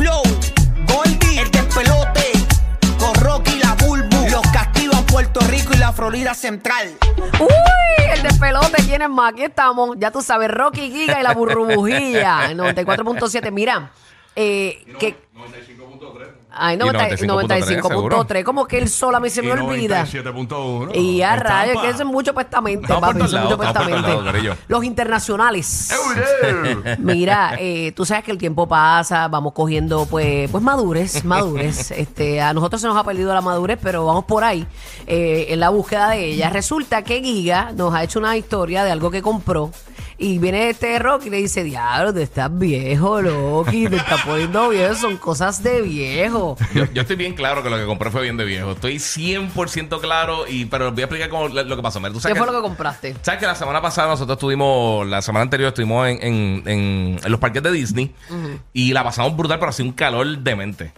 Flow, Goldie, el despelote, con Rocky la Bulbu, los castigan Puerto Rico y la Florida Central. Uy, el despelote, ¿quiénes más? Aquí estamos. Ya tú sabes, Rocky Giga y la burrubujía. en 94.7. Mira, eh, que. 95.3. Ay, Y 90 95.3, 95.3. Como que el sol a mí se me olvida. Y a rayos, que eso es mucho pestamente, Estamos papi. por Eso es todos mucho lados, estamos por todos pestamente. lados, Corillo. Los internacionales. Mira, eh, tú sabes que el tiempo pasa, vamos cogiendo, pues, pues madures, madures. Este, a nosotros se nos ha perdido la madurez, pero vamos por ahí eh, en la búsqueda de ella. Resulta que Giga nos ha hecho una historia de algo que compró. Y viene este Rocky y le dice, diablo, te estás viejo, Rocky, te estás poniendo viejo, son cosas de viejo. Yo, yo estoy bien claro que lo que compré fue bien de viejo. Estoy 100% claro, y, pero voy a explicar cómo, lo que pasó. Mira, tú ¿Qué sabes fue lo que compraste? ¿Sabes que la semana pasada nosotros estuvimos, la semana anterior estuvimos en, en- en- en los parques de Disney y la pasamos brutal, pero hacía un calor demente.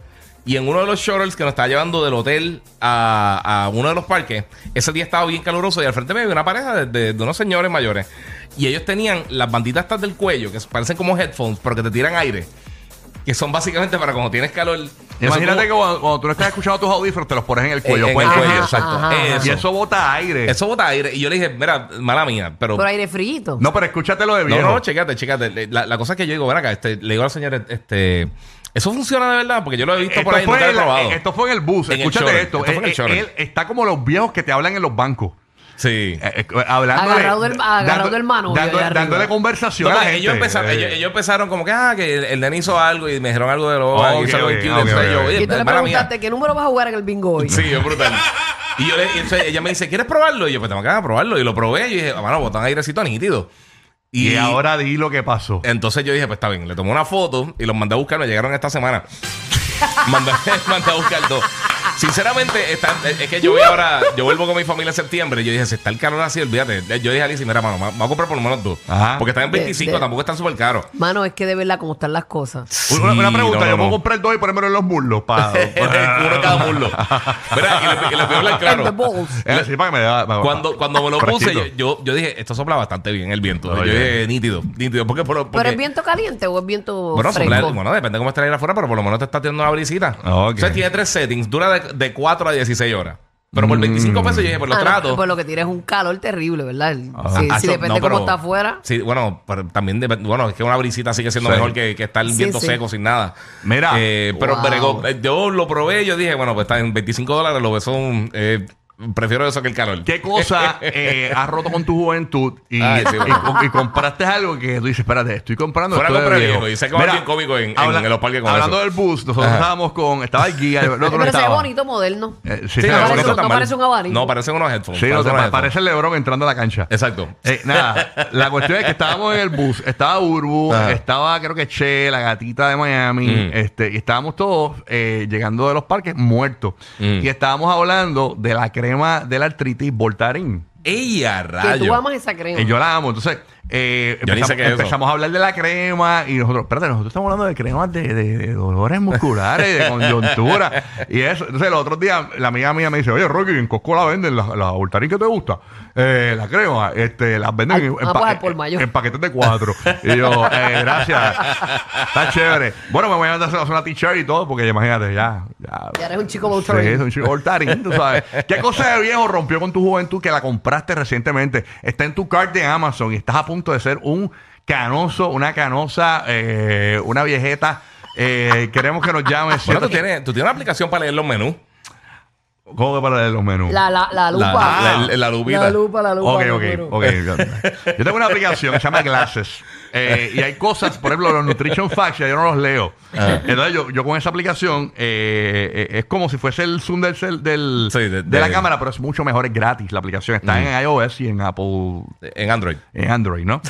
Y en uno de los shuttles que nos estaba llevando del hotel a, a uno de los parques, ese día estaba bien caluroso y al frente me había una pareja de, de- de unos señores mayores. Y ellos tenían las banditas estas del cuello, que parecen como headphones, pero que te tiran aire. Que son básicamente para cuando tienes calor. Imagínate Son que como- Eh, cuando, cuando tú no estás escuchando tus audífonos, te los pones en el cuello. en, en pues, el cuello, Ajá, exacto. ajá, ajá. Y Eso. eso bota aire. Eso bota aire. Y yo le dije, mira, mala mía, pero Por aire frillito. No, pero escúchatelo de No, viejo. no, chécate, chécate. Le- La, la cosa es que yo digo, ven acá, este, le digo a la señora, este, eso funciona de verdad, porque yo lo he visto esto, por ahí, nunca fue lo he en la- eh, probado. esto fue en el bus. En el Escúchate shore. esto. Esto fue en el Él- shore. él está como los viejos que te hablan en los bancos. Sí. Eh, eh, hablándole- Agarrado del- agarrado dando- del mano, dando- yo ahí arriba. dándole conversación No, a la gente. ellos, empezaron, Eh, ellos, ellos empezaron como que, ah, que el, el nene hizo algo y me dijeron algo de lo Oh, y ok, hizo algo ok, bien cute. ok, Entonces yo, ok. oye, y tú le mala mía. preguntaste, ¿qué número vas a jugar en el bingo hoy? Sí, es brutal. Y yo le, y entonces ella me dice, ¿quieres probarlo? Y yo, pues tengo que probarlo. Y lo probé y dije, bueno, botan airecito nítido. Y ahora di lo que pasó. Entonces yo dije, pues está bien, le tomé una foto y los mandé a buscar, me llegaron esta semana. mandé, mandé a buscar dos. Sinceramente, está- es que yo voy ahora, yo vuelvo con mi familia en septiembre y yo dije, si está el calor así, olvídate. Yo dije a Alicia, mira, mano, me voy a comprar por lo menos dos. Ajá. Porque están en De- 25, de- tampoco están súper caros. Mano, es que de verdad, como están las cosas. una, una pregunta, yo comprar puedo comprar dos y ponérmelo en los muslos para... uno en cada muslo. Mira, y le- y le voy a hablar En the claro. balls. Así Eh, para que me da- para- Cuando, cuando me lo puse, Fresquito. yo, yo, yo dije, esto sopla bastante bien el viento. Oye. Yo dije, nítido, nítido. Porque, por lo- porque, ¿Pero es viento caliente o es viento Bueno, fresco? soplar- bueno, depende de cómo esté el aire afuera, pero por lo menos te está tirando una brisita. Ok. Entonces tiene tres settings, dura de, de 4 a 16 horas. Pero Mm. por 25 pesos yo dije, por los Ah, no, tratos. pues lo que tira es un calor terrible, ¿verdad? El- Ajá. sí, Ah, sí, so- depende no, pero- cómo está afuera. Sí, bueno, pero también depende. Bueno, es que una brisita sigue siendo Sí. mejor que, que estar el Sí, viento sí. seco sin nada. Mira. Eh, pero Wow. bregó. Eh, yo lo probé, yo dije, bueno, pues está en 25 dólares, lo beso. Eh, prefiero eso que el calor. ¿Qué cosa eh, has roto con tu juventud y, Ay, sí, y bueno. co- y compraste algo que tú dices, espérate, estoy comprando Fuera esto de compra viejo"? viejo, y sé que va a ser bien cómico en- en- en los parques con Hablando eso. del bus, nosotros Ajá. estábamos con... Estaba el guía, el otro Pero no se ve estaba. bonito, moderno. Eh, sí, Sí, se No ve parece- bonito. tan no mal. parece un abanico. No, parecen unos headphones. Sí, no, parecen te- unos pa- headphones. parece el Lebron entrando a la cancha. Exacto. Eh, nada, la cuestión es que estábamos en el bus, estaba Urbu, Ajá. estaba creo que Che, la gatita de Miami, Mm. este, y estábamos todos eh, llegando de los parques muertos. Mm. Y estábamos hablando de la crema de la artritis Voltaren. ¡Ey, Que a tú rayo! amas esa crema. Y yo la amo. Entonces, eh, Yo ni sé empezamos, qué es eso. empezamos a hablar de la crema y nosotros, espérate, nosotros estamos hablando de cremas de, de- de dolores musculares, de coyuntura y eso. Entonces, los otros días, la amiga mía me dice, oye, Rocky, en Costco la venden, la, la Voltaren que te gusta, eh, la crema, este, las venden Al- en, ah, pa- pues, al por mayor. en paquetes de cuatro. y yo, eh, gracias, está chévere. Bueno, me voy a mandar a hacer una t-shirt y todo, porque imagínate, ya, ya. Ya eres un chico Voltaren. Sí, un chico Voltaren, tú sabes. ¿Qué cosa de viejo rompió con tu juventud que la compraste recientemente? Está en tu cart de Amazon y estás a punto de ser un canoso, una canosa, eh, una viejeta. Eh, queremos que nos llames. Bueno, tú tienes, tú tienes una aplicación para leer los menús. ¿Cómo que para leer los menús? La, la, la lupa. La, la, la lupita. La lupa, la lupa. ok, yo ok, creo. ok. Yo tengo una aplicación que se llama Glasses. Eh, y hay cosas, por ejemplo, los Nutrition Facts, ya yo no los leo. Ah. Entonces, yo, yo con esa aplicación eh, eh, es como si fuese el Zoom del, cel- del- Sí, de, de- la de- Mm. cámara, pero es mucho mejor, es gratis la aplicación. Está en iOS y en Apple En Android. en Android, ¿no?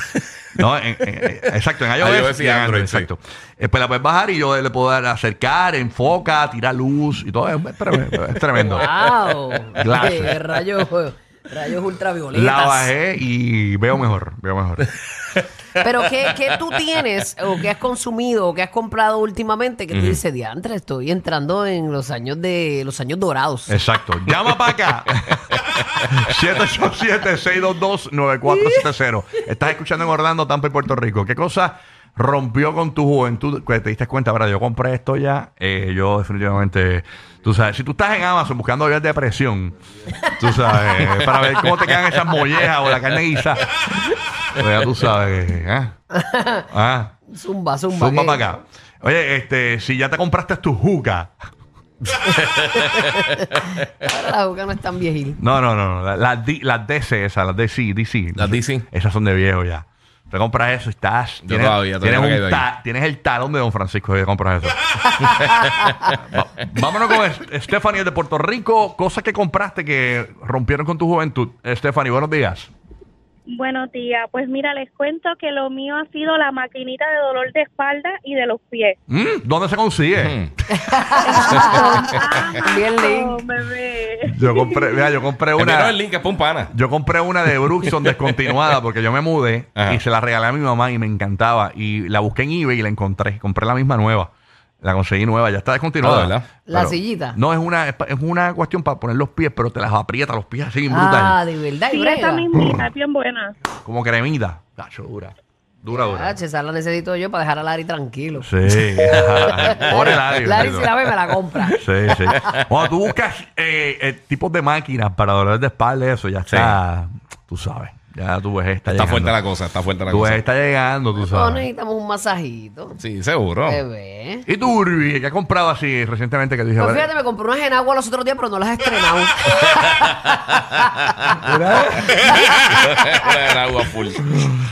no en- en- en- exacto, en iOS, iOS y Android, sí. exacto. Eh, pues la puedes bajar y yo le puedo dar acercar, enfoca, tirar luz y todo. Es, es tremendo. es tremendo. ¡Wow! Gracias. Eh, rayos, rayos ultravioletas. La bajé y veo mejor, veo mejor. Pero ¿qué, qué tú tienes o qué has consumido o qué has comprado últimamente que tú dices, diantre, estoy entrando en los años de los años dorados? Exacto. Llama para acá. 787-622-9470. Estás escuchando en Orlando, Tampa y Puerto Rico. ¿Qué cosa rompió con tu juventud? Que te diste cuenta, ¿verdad? Yo compré esto ya. eh, yo definitivamente... Tú sabes, si tú estás en Amazon buscando ollas de presión, tú sabes, para ver cómo te quedan esas mollejas o la carne guisa, pues ya tú sabes. ¿eh? Ah, Zumba, zumba. zumba ¿qué? para acá. Oye, este, si ya te compraste tu juca, Ahora la boca no es tan viejil. No, no, no. no. La- Las, D- las DC, esas, las DC, DC. Las DC. Esas son de viejo ya. Te compras eso y estás. Yo todavía, todavía tienes, no un caigo ta- tienes el talón de Don Francisco y te compras eso. Va- vámonos con Es- Stephanie de Puerto Rico. Cosas que compraste que rompieron con tu juventud. Stephanie, buenos días. Buenos días. Pues mira, les cuento que lo mío ha sido la maquinita de dolor de espalda y de los pies. Mm, ¿Dónde se consigue? Mm. Bien Oh, lindo. bebé. Yo compré, mira, yo compré Te enviaron una. el link, es pa' un pana. Yo compré una de Brookson descontinuada porque yo me mudé Ajá. y se la regalé a mi mamá y me encantaba. Y la busqué en eBay y la encontré. Compré la misma nueva. La conseguí nueva, ya está descontinuada. Ah, ¿verdad? La Pero- sillita. No, es una, es pa- es una cuestión para poner los pies, pero te las aprieta los pies así, Ah, brutal. de verdad. y Sí, brega. esa mismita es bien buena. Como cremita. Tacho, dura. Dura, Ah, dura. che, esa la necesito yo para dejar a Lari tranquilo. Sí. Pobre Larry. Lari, boludo. si la ve, me la compra. Sí, sí. Cuando tú buscas eh, eh, tipos de máquinas para dolores de espalda, eso ya está. Tú sabes. Ya tú ves, Está está, llegando. fuerte la cosa, está fuerte la Tú ves, cosa. está llegando, tú No, sabes. necesitamos un masajito. Sí, seguro. Bebé. ¿Y tú, Urbi? ¿Qué has comprado así recientemente que tú dijiste? Pues fíjate, me compré unas enaguas los otros días, pero no las he estrenado. ah, Una de agua full. eh".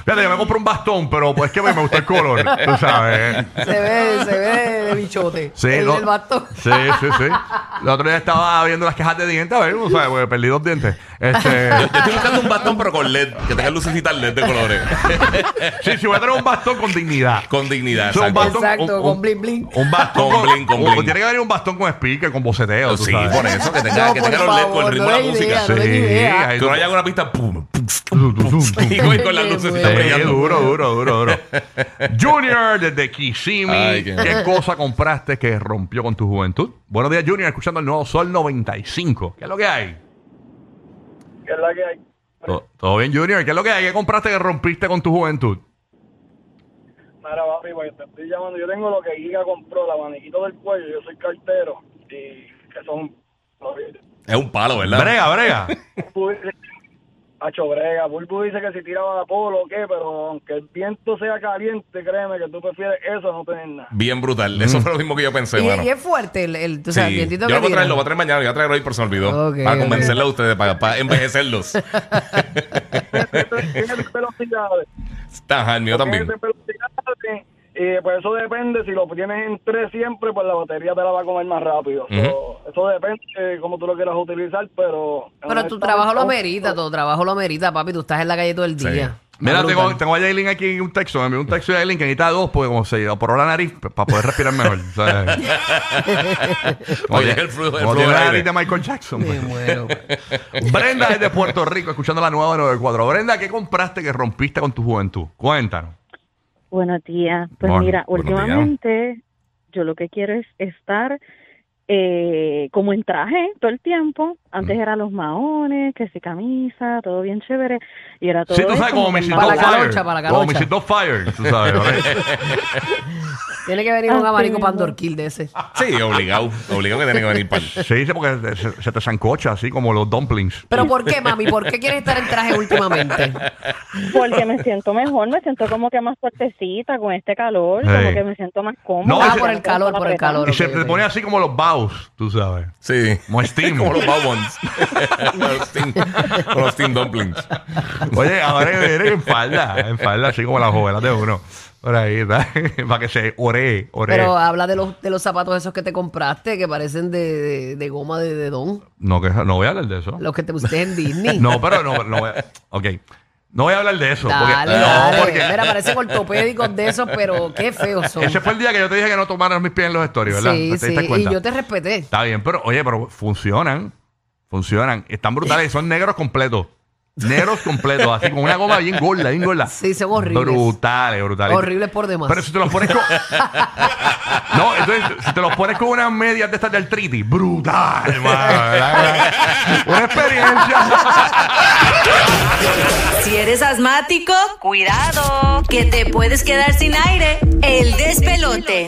Fíjate, yo me compré un bastón, pero pues es que me, me gustó el color, tú sabes. se ve, se ve de bichote. Sí, el, no- del bastón. Sí, sí, sí. El otro día estaba viendo las cajas de dientes, a ver, tú sabes, porque perdí dos dientes. Este, Yo estoy buscando un bastón, pero con LED, que tenga lucecitas LED de colores. sí, sí, voy a tener un bastón con dignidad. con dignidad. Eso es un exacto. bastón, Exacto, un- con un- bling bling. Un bastón Con bling, con un- bling. Tiene que haber un bastón con speaker, con boceteo, tú Sí, sabes. por eso, que tenga, No, que por tenga los LED con favor, el ritmo no de es la música. idea, no es Sí, idea. ahí Que no tú- haya una pista pum, pum, tú- tú- tú- tú- y voy con las lucecitas Qué Sí, brillando. duro, duro, duro, duro. Junior desde Kissimmee. Ay, qué qué- cosa compraste que rompió con tu juventud? Buenos días, Junior, escuchando el nuevo Sol 95. ¿Qué es lo que hay? ¿Qué es la que hay? To- ¿Todo bien, Junior? ¿Qué es lo que hay? ¿Qué compraste que rompiste con tu juventud? Mira, papi, porque te estoy llamando. Yo tengo lo que Giga compró, el abaniquito del cuello. Yo soy cartero y que son... Es un palo, ¿verdad? Brega, brega. Bulbu dice- Hacho brega. Bulbu dice que si tiraba la polo o qué, pero aunque el viento sea caliente, créeme que tú prefieres eso a no tener nada. Bien brutal. Mm. Eso fue lo mismo que yo pensé, Y, mano. y es fuerte el, el tú Sí. sabes, el Yo vientito lo que voy a tira. traer, lo voy a traer mañana, lo voy a traer hoy por se me olvidó. Ok, para ok. convencerle a ustedes, para, para envejecerlos. Tiene tres velocidades. Ajá, el mío Tiene también. tres velocidades. Y pues eso depende, si lo tienes en tres siempre, pues la batería te la va a comer más rápido. So, eso depende de cómo tú lo quieras utilizar, pero... Pero tu honestamente, trabajo lo aún- amerita, tu trabajo lo amerita, papi. Tú estás en la calle todo el Sí. día. Mira, Brutal. tengo, tengo a Jaylin aquí en un texto. Me envió un texto de Jaylin que necesita dos porque como se por la nariz p- para poder respirar mejor. o sea, como Oye, tiene- el flujo- el como flujo tiene del la aire. nariz de Michael Jackson. pues. Me muero. Brenda es de Puerto Rico, escuchando la nueva 94. Brenda, ¿qué compraste que rompiste con tu juventud? Cuéntanos. Buenos días. Pues Bueno, mira, buenos últimamente yo lo que quiero es estar eh, como en traje todo el tiempo. Mm. Antes eran los maones, que si camisa, todo bien chévere. Y era todo. Sí, tú es sabes como como me que en siento Para fire. la calocha, para la Como me calocha. siento fire, tú sabes. ¿vale? Tiene que venir un Ah, Así abanico mismo. pandorquil de ese. Sí, obligado. Obligado que tiene que venir para se dice porque se- se, se te zancocha así como los dumplings. Pero ¿por qué, mami? ¿Por qué quieres estar en traje últimamente? Porque me siento mejor, me siento como que más fuertecita con este calor, como Sí. que me siento más No, cómoda. ah, ese- me por el siento calor, más por el apretada. calor. y se ok, te ok. pone así como los House, tú sabes. Sí. Como Steam. Como los Bowbons. los Steam, con los Steam Dumplings. Oye, ahora que viene en falda, en falda, así como las jovelas de uno. Por ahí, ¿verdad? Para que se ore, ore. Pero ah, habla de los, de los zapatos esos que te compraste, que parecen de, de- de goma de, de don, No, que, no voy a hablar de eso. los que te pusiste en Disney. No, pero no, no voy a... Ok. No voy a hablar de eso. Dale, porque, dale. No, porque Mira, parecen ortopédicos de esos, pero qué feos son. ese fue el día que yo te dije que no tomaran mis pies en los stories, ¿verdad? sí, ¿Te sí, diste y cuenta? yo te respeté. Está bien, pero oye, pero funcionan. Funcionan. Están brutales. Son negros completos. Negros completos. Así con una goma bien gorda, bien gorda. Sí, son horribles. Brutales, brutales. Horribles por demás. Pero si te los pones con. no, entonces, si te los pones con unas medias de estas de artritis, brutal, hermano. ¿verdad? Una experiencia. Si eres asmático, cuidado, que te puedes quedar sin aire. El despelote.